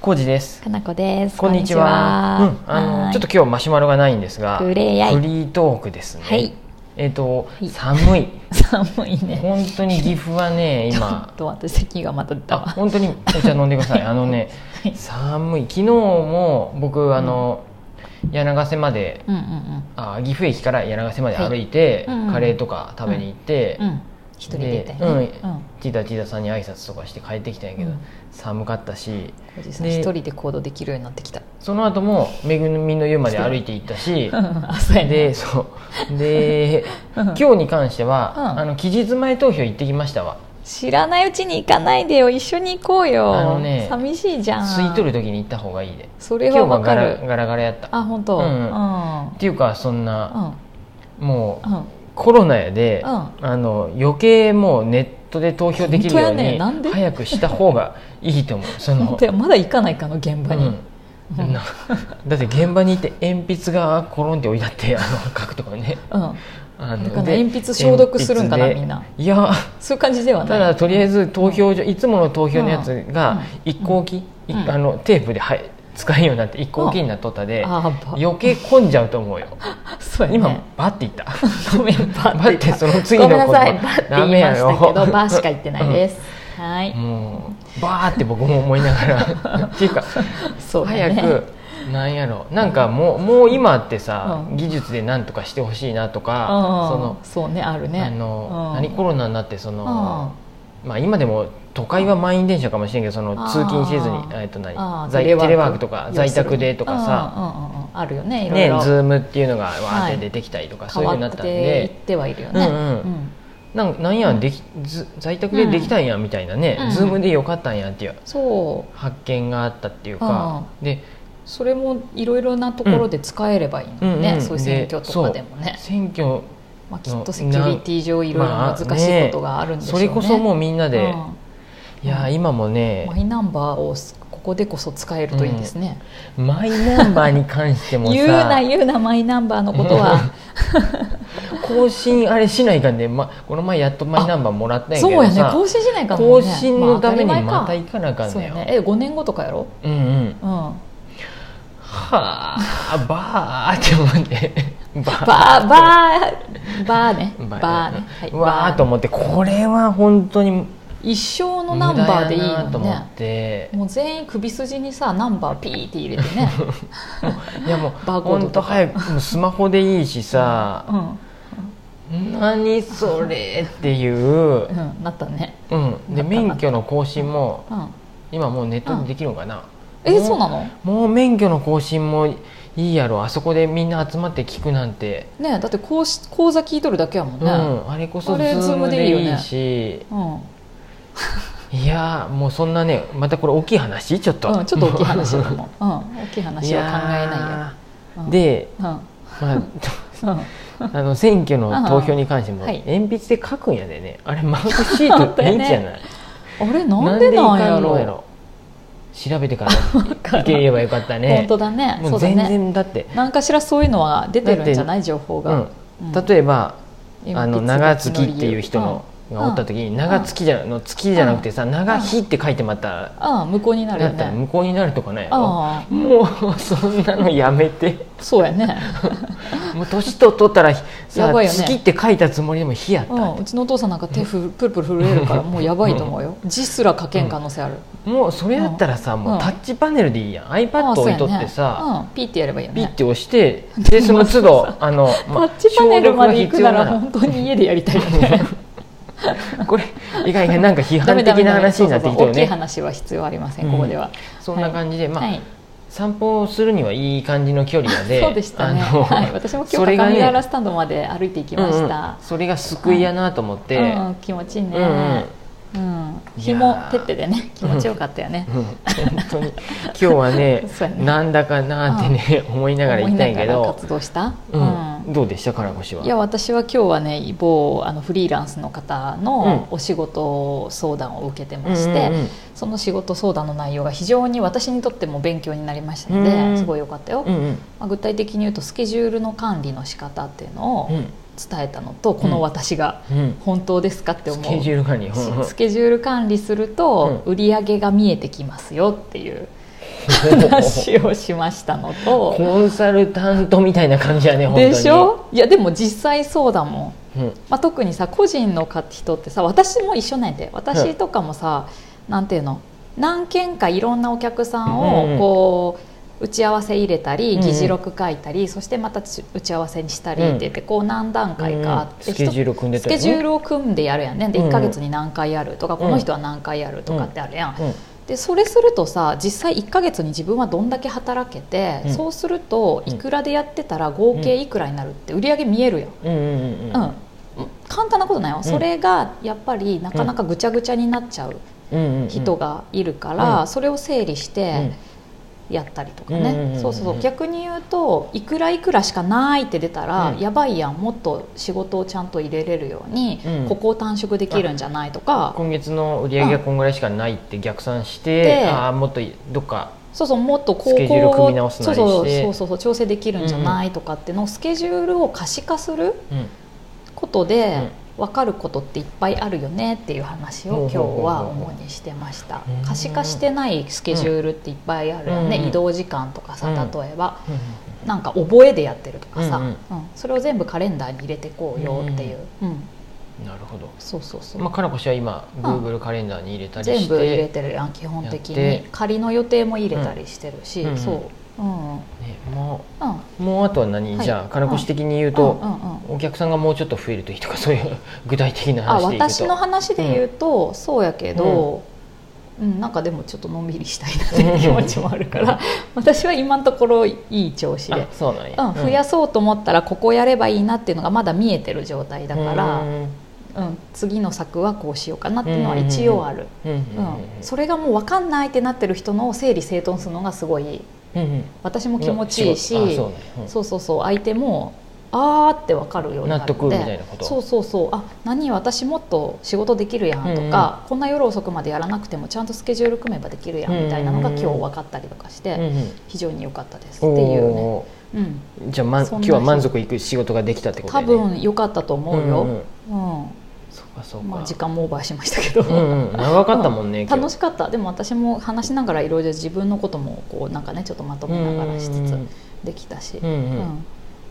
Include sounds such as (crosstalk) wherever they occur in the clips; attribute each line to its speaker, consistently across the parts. Speaker 1: コージです。
Speaker 2: かなこです。
Speaker 1: こんにちは。うん、あのちょっと今日マシュマロがないんですが、
Speaker 2: フ
Speaker 1: フ
Speaker 2: レアイ
Speaker 1: リートークですね。
Speaker 2: はい (laughs)
Speaker 1: えっ、と、
Speaker 2: い
Speaker 1: 寒い。
Speaker 2: 寒いね。
Speaker 1: 本当に岐阜はね、
Speaker 2: (laughs) ちょ
Speaker 1: 今
Speaker 2: っ。と私咳がまた出た
Speaker 1: あ
Speaker 2: わ。
Speaker 1: 本当にお茶飲んでくださいあのね
Speaker 2: (laughs) はい
Speaker 1: 寒い昨日も僕あの、柳瀬まで
Speaker 2: うんうんうん
Speaker 1: あ岐阜駅から柳瀬まで歩いて、
Speaker 2: はいうん
Speaker 1: カレーとか食べに行って、
Speaker 2: うん。一人でいた
Speaker 1: でう
Speaker 2: よ
Speaker 1: ん
Speaker 2: ね。うん。
Speaker 1: ティータティータさんに挨拶とかして帰ってきたんやけど、
Speaker 2: うん
Speaker 1: 寒かったし
Speaker 2: おじさん
Speaker 1: で
Speaker 2: 一人で行動できるようになってきた。
Speaker 1: その後もめぐみの湯まで歩いて行った
Speaker 2: (laughs)
Speaker 1: し
Speaker 2: うん朝や
Speaker 1: (laughs)
Speaker 2: ね。
Speaker 1: でそうで
Speaker 2: うん
Speaker 1: 今日に関しては、
Speaker 2: うん
Speaker 1: あの期日前投票行ってきましたわ
Speaker 2: 知らないうちに行かないでよ。一緒に行こう
Speaker 1: あの
Speaker 2: よ
Speaker 1: ね。
Speaker 2: 寂しいじゃん。
Speaker 1: 吸い取る時に行った方がいいで
Speaker 2: それ
Speaker 1: 今日
Speaker 2: は
Speaker 1: は
Speaker 2: わ
Speaker 1: ガ
Speaker 2: か
Speaker 1: ラ
Speaker 2: る。
Speaker 1: ガラガラやった
Speaker 2: あ、本当。
Speaker 1: う
Speaker 2: うんん。
Speaker 1: う
Speaker 2: うんん
Speaker 1: っていうかそんな、もう、
Speaker 2: うん。
Speaker 1: コロナやで、
Speaker 2: うん
Speaker 1: あの余計もうネットで投票できるよう
Speaker 2: 本当や
Speaker 1: に
Speaker 2: ねなんで
Speaker 1: 早くした方がいいと思うそ
Speaker 2: (laughs) 本
Speaker 1: の
Speaker 2: 当やまだ行かないかの現場
Speaker 1: う
Speaker 2: に
Speaker 1: ん。なだって現場にいて鉛筆がコロンって置いてあってあの書くとかね
Speaker 2: うん。
Speaker 1: あ
Speaker 2: だから
Speaker 1: で
Speaker 2: 鉛筆消毒するんかな
Speaker 1: 鉛筆で
Speaker 2: みんない
Speaker 1: や
Speaker 2: そういう感じではない。
Speaker 1: ただとりあえず投票所いつもの投票のやつが一向き、い
Speaker 2: うん
Speaker 1: あのテープではい使えんようになって一向きになっとったで、
Speaker 2: あば。
Speaker 1: 余計混んじゃうと思うよ
Speaker 2: そうやね。
Speaker 1: 今バッていった
Speaker 2: ごめん、バ
Speaker 1: バ
Speaker 2: ッ
Speaker 1: ッ
Speaker 2: て
Speaker 1: てその次
Speaker 2: ご
Speaker 1: の
Speaker 2: めんな
Speaker 1: 言
Speaker 2: さい、
Speaker 1: 葉
Speaker 2: バッて
Speaker 1: ダ
Speaker 2: 言
Speaker 1: メ
Speaker 2: いま
Speaker 1: や
Speaker 2: し
Speaker 1: ろ
Speaker 2: たけど、バーしか言ってないです。はい。
Speaker 1: もうバーって僕も思いなが
Speaker 2: (laughs)
Speaker 1: らっていうか
Speaker 2: そうだね
Speaker 1: 早くなんやろなんかもうもう今ってさ、
Speaker 2: うん
Speaker 1: 技術で何とかしてほしいなと
Speaker 2: うん
Speaker 1: か、その
Speaker 2: そうね、あるね。
Speaker 1: あの、
Speaker 2: うん
Speaker 1: 何コロナになってそ
Speaker 2: うん
Speaker 1: の、まあ、今でも都会は満員電車かもしれんけどその
Speaker 2: あー
Speaker 1: 通勤せずにえっと
Speaker 2: あ
Speaker 1: 何
Speaker 2: ー
Speaker 1: 在テレワークとか在宅でとかさ、
Speaker 2: うんうんうんうんあるよね、いろい
Speaker 1: ね
Speaker 2: ろ。
Speaker 1: ズームっていうのがわーっ
Speaker 2: は
Speaker 1: て
Speaker 2: い
Speaker 1: 出てきたりとか、そ
Speaker 2: 変
Speaker 1: ういうふ
Speaker 2: わ
Speaker 1: うになっ
Speaker 2: った
Speaker 1: ん
Speaker 2: ていっ
Speaker 1: で
Speaker 2: てはいるよね。
Speaker 1: うんうん
Speaker 2: うん
Speaker 1: なんなんやできず在宅でできたんやみたいなね、
Speaker 2: うん
Speaker 1: ズームでよかったんやっていう
Speaker 2: そう。
Speaker 1: 発見があったっていうか、で
Speaker 2: それもいろいろなところで使えればいいのにね、
Speaker 1: うんうん
Speaker 2: そういう選挙とかでもね、
Speaker 1: 選挙
Speaker 2: まあ、きっとセキュリティ上いろいろ難しいことがあるんでしょ
Speaker 1: そう
Speaker 2: ね,、
Speaker 1: れこそもうみんなで、
Speaker 2: うん
Speaker 1: いやー今もね
Speaker 2: マイナンバーをここでこそ使えるといいですね、
Speaker 1: マイナンバーに関しても
Speaker 2: (laughs) 言うな
Speaker 1: さ
Speaker 2: 言うなマイナンバーのことは
Speaker 1: 更新あれしないかんで、ま、この前やっとマイナンバーもらったんや
Speaker 2: (laughs) そ
Speaker 1: け
Speaker 2: うや
Speaker 1: ど
Speaker 2: ね
Speaker 1: さ、
Speaker 2: 更新しないからね
Speaker 1: 更新のためにま
Speaker 2: あ当
Speaker 1: た
Speaker 2: り
Speaker 1: 行かなあか
Speaker 2: 前
Speaker 1: ん
Speaker 2: そう
Speaker 1: ね
Speaker 2: や
Speaker 1: よ、
Speaker 2: ねえ5年後とかやろ
Speaker 1: うんうん (laughs)
Speaker 2: うんバ
Speaker 1: はあバーって思ってバ
Speaker 2: (laughs) ーバーバーね
Speaker 1: バー
Speaker 2: バーね、はいう
Speaker 1: わ
Speaker 2: バ
Speaker 1: あ
Speaker 2: ー
Speaker 1: と思ってこれは本当に
Speaker 2: 一生の
Speaker 1: 無
Speaker 2: ナン
Speaker 1: 駄
Speaker 2: バーでいい
Speaker 1: やなと思
Speaker 2: のね
Speaker 1: って、
Speaker 2: もう全員首筋にさナンバーピーって入れて
Speaker 1: (laughs)
Speaker 2: ね
Speaker 1: いやもう
Speaker 2: バーコード
Speaker 1: 本当
Speaker 2: とか
Speaker 1: 早くもうスマホでいいしさ
Speaker 2: う、ん、
Speaker 1: 何それっていう、
Speaker 2: うん、なったね
Speaker 1: うん、で
Speaker 2: なったな
Speaker 1: 免許の更新も
Speaker 2: うん
Speaker 1: 今もうネットでできるのかな、
Speaker 2: え
Speaker 1: も
Speaker 2: そうなの
Speaker 1: もう免許の更新もいいやろあそこでみんな集まって聞くなんて、
Speaker 2: ねだって講師講座聞いとるだけやもん
Speaker 1: う
Speaker 2: ね、うん
Speaker 1: ん、あれこそ
Speaker 2: あれ
Speaker 1: Zoom
Speaker 2: Zoom で
Speaker 1: で
Speaker 2: いいよね
Speaker 1: いいしいやーもうそんなねまたこれ大きい話ちょっと、
Speaker 2: うんちょっと大きい話だと
Speaker 1: (laughs)
Speaker 2: 思う、うん、大きい話は考えない
Speaker 1: やー
Speaker 2: よ、うん、
Speaker 1: で、
Speaker 2: うん
Speaker 1: ま
Speaker 2: (laughs)
Speaker 1: あ、
Speaker 2: うん
Speaker 1: あの選挙の投票に関しても
Speaker 2: うんはい
Speaker 1: 鉛筆で書くんやでねあれマークシ
Speaker 2: (laughs)
Speaker 1: ートでいいんじゃない、
Speaker 2: あれなんでなん
Speaker 1: なんでいか
Speaker 2: やろ
Speaker 1: んのやろ調べて
Speaker 2: (laughs)
Speaker 1: から行ければよかったね
Speaker 2: 本当だね
Speaker 1: も
Speaker 2: そううだ
Speaker 1: 全
Speaker 2: ね
Speaker 1: 然だって
Speaker 2: 何かしらそういうのは出てるんじゃない情報が、
Speaker 1: うん、
Speaker 2: うん
Speaker 1: 例えば
Speaker 2: 鉛筆
Speaker 1: あの長月っていう人の
Speaker 2: うん
Speaker 1: がおった時に長月じゃの月じゃなくてさ長日って書いてまた
Speaker 2: ああ無効になる
Speaker 1: だ
Speaker 2: よ
Speaker 1: ったら
Speaker 2: ね
Speaker 1: 向こうになるとかないやろ
Speaker 2: あ
Speaker 1: もうそんなのやめて
Speaker 2: あそうやね、
Speaker 1: もう年と取ったらさ
Speaker 2: やばいよね
Speaker 1: 月って書いたつもりでも日やっ
Speaker 2: うん、う
Speaker 1: た
Speaker 2: ちのお父さんなんか手ふプルプル震え
Speaker 1: (laughs)
Speaker 2: るからもうやばいと思うよ字すら書けん可能性ある、
Speaker 1: もうそれやったらさもうタッチパネルでいいやん iPad
Speaker 2: ああそう
Speaker 1: 置い
Speaker 2: や
Speaker 1: と
Speaker 2: ね
Speaker 1: ってさ
Speaker 2: うん、ピッてやればいいよ
Speaker 1: ピ
Speaker 2: ね
Speaker 1: ッて押
Speaker 2: (laughs)
Speaker 1: してでその都度あの
Speaker 2: タ
Speaker 1: まあ
Speaker 2: ッチパネルまで行くな
Speaker 1: 消毒が必要
Speaker 2: ら本当に家でやりたいよね
Speaker 1: これ意外になんか (laughs) 批
Speaker 2: ダ
Speaker 1: 判
Speaker 2: メダ
Speaker 1: 的
Speaker 2: メ
Speaker 1: な
Speaker 2: ダメ
Speaker 1: 話になってきたよ
Speaker 2: そうそうそう大きい
Speaker 1: ね
Speaker 2: 話は必要ありませんここでは、
Speaker 1: そんな感じでまあ
Speaker 2: はい
Speaker 1: 散歩をするにはいい感じの距離やで
Speaker 2: そうでしたね、
Speaker 1: あの
Speaker 2: はい、私も今
Speaker 1: そ
Speaker 2: 日
Speaker 1: れが
Speaker 2: 高見ヶ
Speaker 1: ね
Speaker 2: 原スタンドまで歩いていきまし
Speaker 1: うん
Speaker 2: た
Speaker 1: うん、それが救いやなと思って、
Speaker 2: うん、気持ちいいね、
Speaker 1: う
Speaker 2: うんん
Speaker 1: いや
Speaker 2: 紐
Speaker 1: ー
Speaker 2: ペッてでね気持ちよかったよね、
Speaker 1: うん本当に今日はね
Speaker 2: (laughs) そうやね
Speaker 1: なんだかなーってね、思いながら
Speaker 2: 思い
Speaker 1: 行った
Speaker 2: なん
Speaker 1: や
Speaker 2: が
Speaker 1: け
Speaker 2: ら
Speaker 1: ど
Speaker 2: 活、動した、
Speaker 1: うん
Speaker 2: うん
Speaker 1: どうでしたからこしはい
Speaker 2: や私は今日はね某あのフリーランスの方のお仕事相談を受けてまして、
Speaker 1: うんうんうん
Speaker 2: その仕事相談の内容が非常に私にとっても勉強になりましたので、
Speaker 1: うん
Speaker 2: すごい良かったよ、
Speaker 1: うんうん
Speaker 2: まあ、具体的に言うとスケジュールの管理の仕方っていうのを
Speaker 1: うん
Speaker 2: 伝えたのと、この私が
Speaker 1: うん
Speaker 2: 本当ですかって思
Speaker 1: ス
Speaker 2: う
Speaker 1: ケジュール管理ほんほん
Speaker 2: スケジュール管理すると
Speaker 1: う
Speaker 2: 売り上げが見えてきますよっていう話をしましたのと
Speaker 1: (laughs) コンサルタントみたいな感じやね本当に
Speaker 2: でしょいやでも実際そうだもん、
Speaker 1: うん
Speaker 2: まあ、特にさ個人の人ってさ私も一緒なんで私とかもさ、なんていうの何件かいろんなお客さん
Speaker 1: うんうん
Speaker 2: をこう、打ち合わせ入れたり
Speaker 1: うんうん
Speaker 2: 議事録書いたり、そしてまたち打ち合わせにしたり
Speaker 1: う
Speaker 2: っ
Speaker 1: ん
Speaker 2: て言ってこう何段階かあって、
Speaker 1: スケジュール組んで
Speaker 2: ス
Speaker 1: たよ
Speaker 2: ケ
Speaker 1: ね
Speaker 2: ジュールを組んでやるやんねで
Speaker 1: うんうん
Speaker 2: 1ヶ月に何回やるとか、この人は何回やるとかってあるやん、
Speaker 1: うん
Speaker 2: でそれするとさ実際1ヶ月に自分はどんだけ働けて、
Speaker 1: うん
Speaker 2: そうすると
Speaker 1: うん
Speaker 2: いくらでやってたら合計いくらになるって売り上げ見えるやん、
Speaker 1: うんうん
Speaker 2: うん簡単なことないよ、それがやっぱりなかなかぐちゃぐちゃになっちゃう
Speaker 1: うんうんうん
Speaker 2: 人がいるから、
Speaker 1: うん
Speaker 2: それを整理してやったりとかね、
Speaker 1: うんうんうんうん
Speaker 2: そうそうそう逆に言うといくらいくらしかないって出たら、
Speaker 1: うん
Speaker 2: やばいやんもっと仕事をちゃんと入れれるように、
Speaker 1: うん
Speaker 2: ここを短縮できるんじゃないとか
Speaker 1: 今月の売り上げはこんぐらいしかないって逆算して、
Speaker 2: で
Speaker 1: ああもっとどっか
Speaker 2: そうそうもっとこう
Speaker 1: スケジュール組み直す
Speaker 2: そ
Speaker 1: な
Speaker 2: う
Speaker 1: りして
Speaker 2: そうそうそうそう調整できるんじゃないとかってのをスケジュールを可視化する
Speaker 1: うん
Speaker 2: ことで分かることっていっぱいあるよねっていう話を今日は主にしてました
Speaker 1: うん
Speaker 2: 可視化してないスケジュールっていっぱいあるよね、
Speaker 1: うん
Speaker 2: 移動時間とかさ
Speaker 1: うん
Speaker 2: 例えば、なんか覚えでやってるとかさ、
Speaker 1: う
Speaker 2: うんんそれを全部カレンダーに入れてこうよっていう、うん
Speaker 1: なるほど、
Speaker 2: そうそうそう、
Speaker 1: まあ、かなこ氏は今
Speaker 2: ん
Speaker 1: Google カレンダーに入れたりして
Speaker 2: 全部入れてるやん基本的
Speaker 1: やっ
Speaker 2: に
Speaker 1: て
Speaker 2: 仮の予定も入れたりしてるし、
Speaker 1: うん
Speaker 2: そう、うんうん
Speaker 1: ねも
Speaker 2: うん
Speaker 1: うもうあとは何、
Speaker 2: はい
Speaker 1: じゃあかなこ氏的に言うと、
Speaker 2: うんうんうん
Speaker 1: お客さんがもうちょっと増えるといいとかそういう (laughs) 具体的な
Speaker 2: あ
Speaker 1: 話でいくと
Speaker 2: 私の話で言うと、そうやけど、うんなんかでもちょっとのんびりしたいなっていう気持ちもあるから (laughs) 私は今のところいい調子で
Speaker 1: あ、そうなんや、
Speaker 2: うん、増やそうと思ったらここやればいいなっていうのがまだ見えてる状態だから、
Speaker 1: う
Speaker 2: うん
Speaker 1: ん
Speaker 2: 次の策はこうしようかなっていうのは一応ある、
Speaker 1: うんうん
Speaker 2: うんそれがもう分かんないってなってる人の整理整頓するのがすごい
Speaker 1: うんうん
Speaker 2: 私も気持ちいいし、
Speaker 1: あそうね、うん
Speaker 2: そうそうそう相手もあーって分かるようになる
Speaker 1: 納得みたいなこと
Speaker 2: そうそうそうあ何私もっと仕事できるやんとか、こんな夜遅くまでやらなくてもちゃんとスケジュール組めばできるやんみたいなのが
Speaker 1: うん
Speaker 2: 今日分かったりとかして、
Speaker 1: うんうん
Speaker 2: 非常に良かったですっていうね、
Speaker 1: おー
Speaker 2: うん、
Speaker 1: じゃあ、ま、
Speaker 2: そん
Speaker 1: 今
Speaker 2: な
Speaker 1: 日は満足いく仕事ができたってこと
Speaker 2: 多
Speaker 1: やね
Speaker 2: 分良かったと思うよ、うん
Speaker 1: んんそうかそうか、
Speaker 2: まあ、時間もオーバーしましたけど、
Speaker 1: うんうん、長かったもんね、今日
Speaker 2: 楽しかったでも私も話しながらいろいろ自分のこともこうなんかねちょっとまとめながらしつつできたし、
Speaker 1: うんうんうん
Speaker 2: うん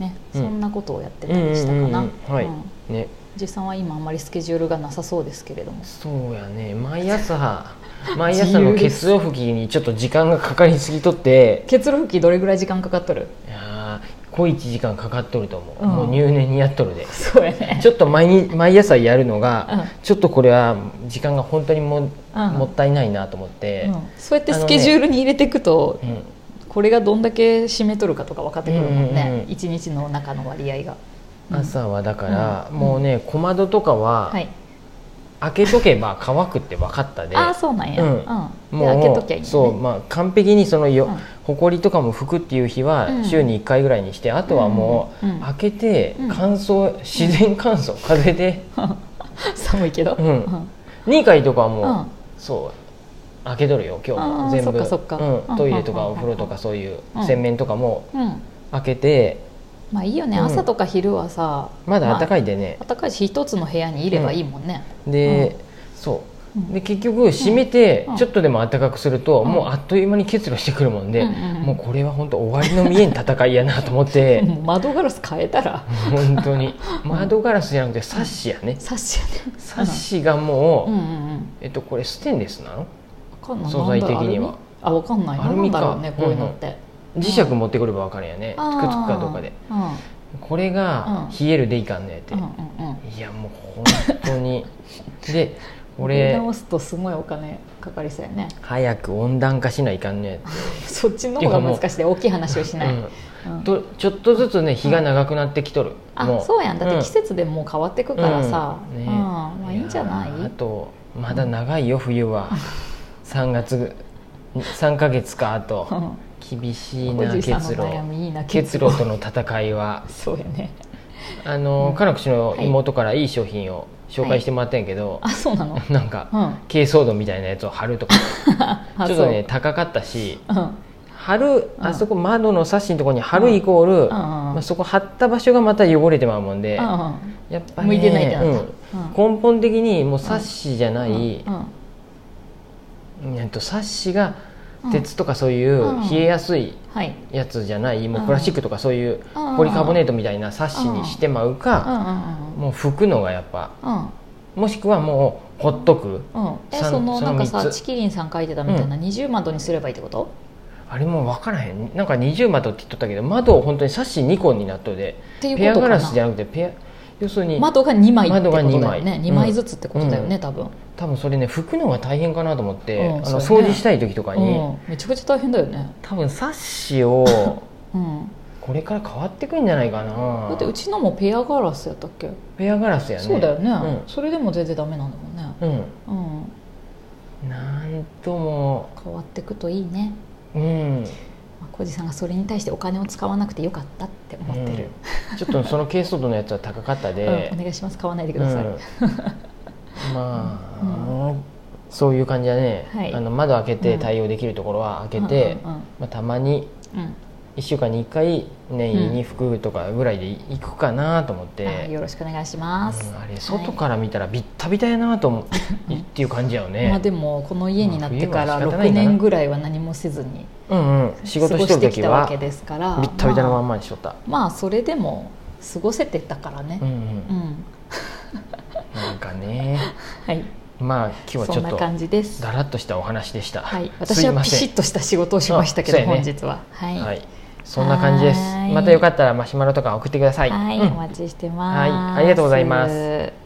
Speaker 2: ね、
Speaker 1: うん
Speaker 2: そんなことをやってたりしたか
Speaker 1: う
Speaker 2: な。
Speaker 1: んうんうんはい
Speaker 2: うん
Speaker 1: ね
Speaker 2: じさんは今あんまりスケジュールがなさそうですけれども
Speaker 1: そうやね毎朝毎朝のケツオ拭きにちょっと時間がかかりすぎとって
Speaker 2: 結露拭きどれぐらい時間かかっとる
Speaker 1: いやー小一時間かかっとると思う、
Speaker 2: うん
Speaker 1: もう入念にやっとるで
Speaker 2: そうや (laughs) ね
Speaker 1: ちょっと毎日毎朝やるのが、
Speaker 2: うん
Speaker 1: ちょっとこれは時間が本当にも,、
Speaker 2: うん
Speaker 1: もったいないなと思って、
Speaker 2: そうやってスケジュールに入れていくと、
Speaker 1: うん
Speaker 2: これがどんだけ占めとるかとか分かってくるもん
Speaker 1: うんうん
Speaker 2: ね
Speaker 1: うん
Speaker 2: 一、日の中の割合が、うん
Speaker 1: 朝はだから、
Speaker 2: うん
Speaker 1: もうね小窓とかは
Speaker 2: はい
Speaker 1: 開けとけば乾くって分かったで
Speaker 2: ああそうなんや、
Speaker 1: う
Speaker 2: うんんで開けときゃいいんだね
Speaker 1: そうまあ完璧にそのよ、
Speaker 2: うん
Speaker 1: 埃とかも拭くっていう日
Speaker 2: う
Speaker 1: は
Speaker 2: ん
Speaker 1: 週に1回ぐらいにして、あとはもう、
Speaker 2: うんうん
Speaker 1: 開けて
Speaker 2: うん
Speaker 1: 乾燥、自然乾
Speaker 2: (laughs)
Speaker 1: 燥風で
Speaker 2: (laughs) 寒いけど、
Speaker 1: うん2回とかはもう、
Speaker 2: うん
Speaker 1: そう開けとるよ今日
Speaker 2: あ
Speaker 1: も
Speaker 2: ー
Speaker 1: 全部
Speaker 2: そっかそっか
Speaker 1: うん、トイレとか
Speaker 2: うん
Speaker 1: お風呂とかそういう
Speaker 2: うん
Speaker 1: 洗面とかも
Speaker 2: うん
Speaker 1: 開けて、
Speaker 2: まあいいよね、
Speaker 1: うん
Speaker 2: 朝とか昼はさ
Speaker 1: まだ暖
Speaker 2: い、
Speaker 1: かいでね
Speaker 2: ま、あ暖かいし一つの部屋にいればいいもんね、
Speaker 1: で、そうで結局閉めて
Speaker 2: うん
Speaker 1: ちょっとでも暖かくすると、
Speaker 2: うん
Speaker 1: もうあっという間に結露してくるもんで、
Speaker 2: うんうんうん
Speaker 1: もうこれは本当終わりの見えん戦いやなと思っ
Speaker 2: う
Speaker 1: て
Speaker 2: ん (laughs) もう窓ガラス変えたら
Speaker 1: 本当に窓ガラスじゃなくてサッシやね
Speaker 2: サッシやね
Speaker 1: サッシがもう、
Speaker 2: うんうんうん
Speaker 1: えっと、これステンレスなの
Speaker 2: わかんない
Speaker 1: 素材的には
Speaker 2: なんだろうアルミあわかんない
Speaker 1: アル
Speaker 2: なん
Speaker 1: ミか
Speaker 2: だろうねこういうのって、
Speaker 1: 磁石持ってくれば分かるんやね、
Speaker 2: あー
Speaker 1: くっつくかどうかで
Speaker 2: うんうん
Speaker 1: これが
Speaker 2: うん
Speaker 1: 冷えるでいかんねって、
Speaker 2: うんうん
Speaker 1: いやもう本当
Speaker 2: (laughs)
Speaker 1: にで
Speaker 2: これ
Speaker 1: 俺
Speaker 2: 直すとすごいお金かかりそうやね
Speaker 1: 早く温暖化しないかんねって
Speaker 2: そっちの方が難しいで大きい話をしない、
Speaker 1: うん
Speaker 2: うん
Speaker 1: とちょっとずつね日が長くなってきとる、
Speaker 2: あそうやんだって季
Speaker 1: 節
Speaker 2: 節でもう変わってくからさ、
Speaker 1: うんね
Speaker 2: うんまあいいんじゃない
Speaker 1: あとまだ長いよ冬は3月3ヶ月かあと
Speaker 2: う
Speaker 1: 厳しい
Speaker 2: ん
Speaker 1: な
Speaker 2: おじ
Speaker 1: 結
Speaker 2: いさんの
Speaker 1: 露
Speaker 2: 悩みいいな
Speaker 1: 結露との戦いは
Speaker 2: そうやね
Speaker 1: あの、
Speaker 2: うん
Speaker 1: かなこ氏の妹からいい商品を紹介してもらったんやけど、
Speaker 2: あそうなの
Speaker 1: (laughs) なんか
Speaker 2: うん
Speaker 1: 珪藻土みたいなやつを貼るとか
Speaker 2: (laughs) あ
Speaker 1: ちょっとね高かったし
Speaker 2: そううん
Speaker 1: 貼るあそこ窓のサッシのところに貼るイコール、
Speaker 2: うんうんうん
Speaker 1: まあ、そこ貼った場所がまた汚れてまうもんで、
Speaker 2: うんうん
Speaker 1: やっぱり、ね、
Speaker 2: 向いてないってなった
Speaker 1: うん根本的にもうサッシじゃない、
Speaker 2: うん
Speaker 1: えっとサッシが
Speaker 2: うん
Speaker 1: 鉄とかそういう
Speaker 2: うん
Speaker 1: 冷えやすい
Speaker 2: はい
Speaker 1: やつじゃない、もううんプラスチックとかそういう
Speaker 2: うん
Speaker 1: ポリカーボネートみたいな冊子にしてまう
Speaker 2: うん
Speaker 1: か、
Speaker 2: うん
Speaker 1: もう拭くのがやっぱ
Speaker 2: うん
Speaker 1: もしくはもうほっとく
Speaker 2: うんうんえ
Speaker 1: さん
Speaker 2: その
Speaker 1: その
Speaker 2: なんかさ
Speaker 1: 三つ
Speaker 2: チキリンさん書いてたみたいな20窓にすればいいってこと
Speaker 1: あれも分からへんなんか二重窓って言っとったけど窓を本当にサッシ2個になっとで
Speaker 2: っていう
Speaker 1: ペア
Speaker 2: こと
Speaker 1: ガ
Speaker 2: か
Speaker 1: ラスじ
Speaker 2: な
Speaker 1: ゃなくてペア要するに
Speaker 2: 窓が2枚ってことだ
Speaker 1: 窓が
Speaker 2: よ
Speaker 1: 二
Speaker 2: ね
Speaker 1: 枚
Speaker 2: 2枚ずつってことだよね
Speaker 1: う
Speaker 2: 多分
Speaker 1: 多分それね拭くのが大変かなと思って、
Speaker 2: う
Speaker 1: あ
Speaker 2: ん
Speaker 1: の
Speaker 2: そう
Speaker 1: 掃
Speaker 2: だね
Speaker 1: 除したい時とかに、
Speaker 2: うんめちゃくちゃ大変だよね
Speaker 1: 多分サッシを
Speaker 2: うん
Speaker 1: これから変わってくんじゃないかな
Speaker 2: だってうちのもペアガラスやったっけ
Speaker 1: ペアガラスやね
Speaker 2: そうだよねそれでも全然ダメなんだもんね
Speaker 1: うん、うん
Speaker 2: うん
Speaker 1: なんとも
Speaker 2: 変わってくといいね
Speaker 1: うん
Speaker 2: まあ小路さんがそれに対してお金を使わなくてよかったって思ってる、
Speaker 1: うんちょっとそのケースト度のやつは高かった
Speaker 2: う
Speaker 1: で
Speaker 2: ん、お願いします買わないでください、
Speaker 1: うん (laughs) まあ、そういう感じだね、
Speaker 2: はい
Speaker 1: あの窓開けて対応できるところは開けて、
Speaker 2: うんうん
Speaker 1: まあ、たまに
Speaker 2: うんうん
Speaker 1: 1週間に1回年に服とかぐらいで行くかなと思って、
Speaker 2: あよろしくお願いします、
Speaker 1: うんあれ外から見たらビッタビタやなと思うっていう感じやよ
Speaker 2: まあ
Speaker 1: ね、
Speaker 2: でもこの家になってから
Speaker 1: まあ冬は仕方ない
Speaker 2: 6
Speaker 1: かな
Speaker 2: 年ぐらいは何もせずに
Speaker 1: うんうん、仕事し
Speaker 2: 過
Speaker 1: て
Speaker 2: ご
Speaker 1: る
Speaker 2: てき
Speaker 1: 時
Speaker 2: たわ
Speaker 1: は
Speaker 2: け
Speaker 1: ビ
Speaker 2: ですから
Speaker 1: ッタビタのま
Speaker 2: まあ、
Speaker 1: んまにしとった、
Speaker 2: まあそれでも過ごせてたからね
Speaker 1: うんう
Speaker 2: うん、
Speaker 1: ん、なんかね
Speaker 2: はい
Speaker 1: まあ今日はちょ
Speaker 2: そん
Speaker 1: っ
Speaker 2: な
Speaker 1: と
Speaker 2: 感じです
Speaker 1: だらっとしたお話でした、
Speaker 2: はい、
Speaker 1: す
Speaker 2: 私
Speaker 1: い
Speaker 2: は
Speaker 1: ま
Speaker 2: ピ
Speaker 1: せ
Speaker 2: シ
Speaker 1: ん
Speaker 2: ッとした仕事をしましたけど、
Speaker 1: あそうや
Speaker 2: 本
Speaker 1: ね
Speaker 2: 日ははい
Speaker 1: はい、そんな感じです
Speaker 2: はーい
Speaker 1: またよかったらマシュマロとか送ってください、
Speaker 2: はい
Speaker 1: うん
Speaker 2: お待ちしてます、
Speaker 1: はいありがとうございます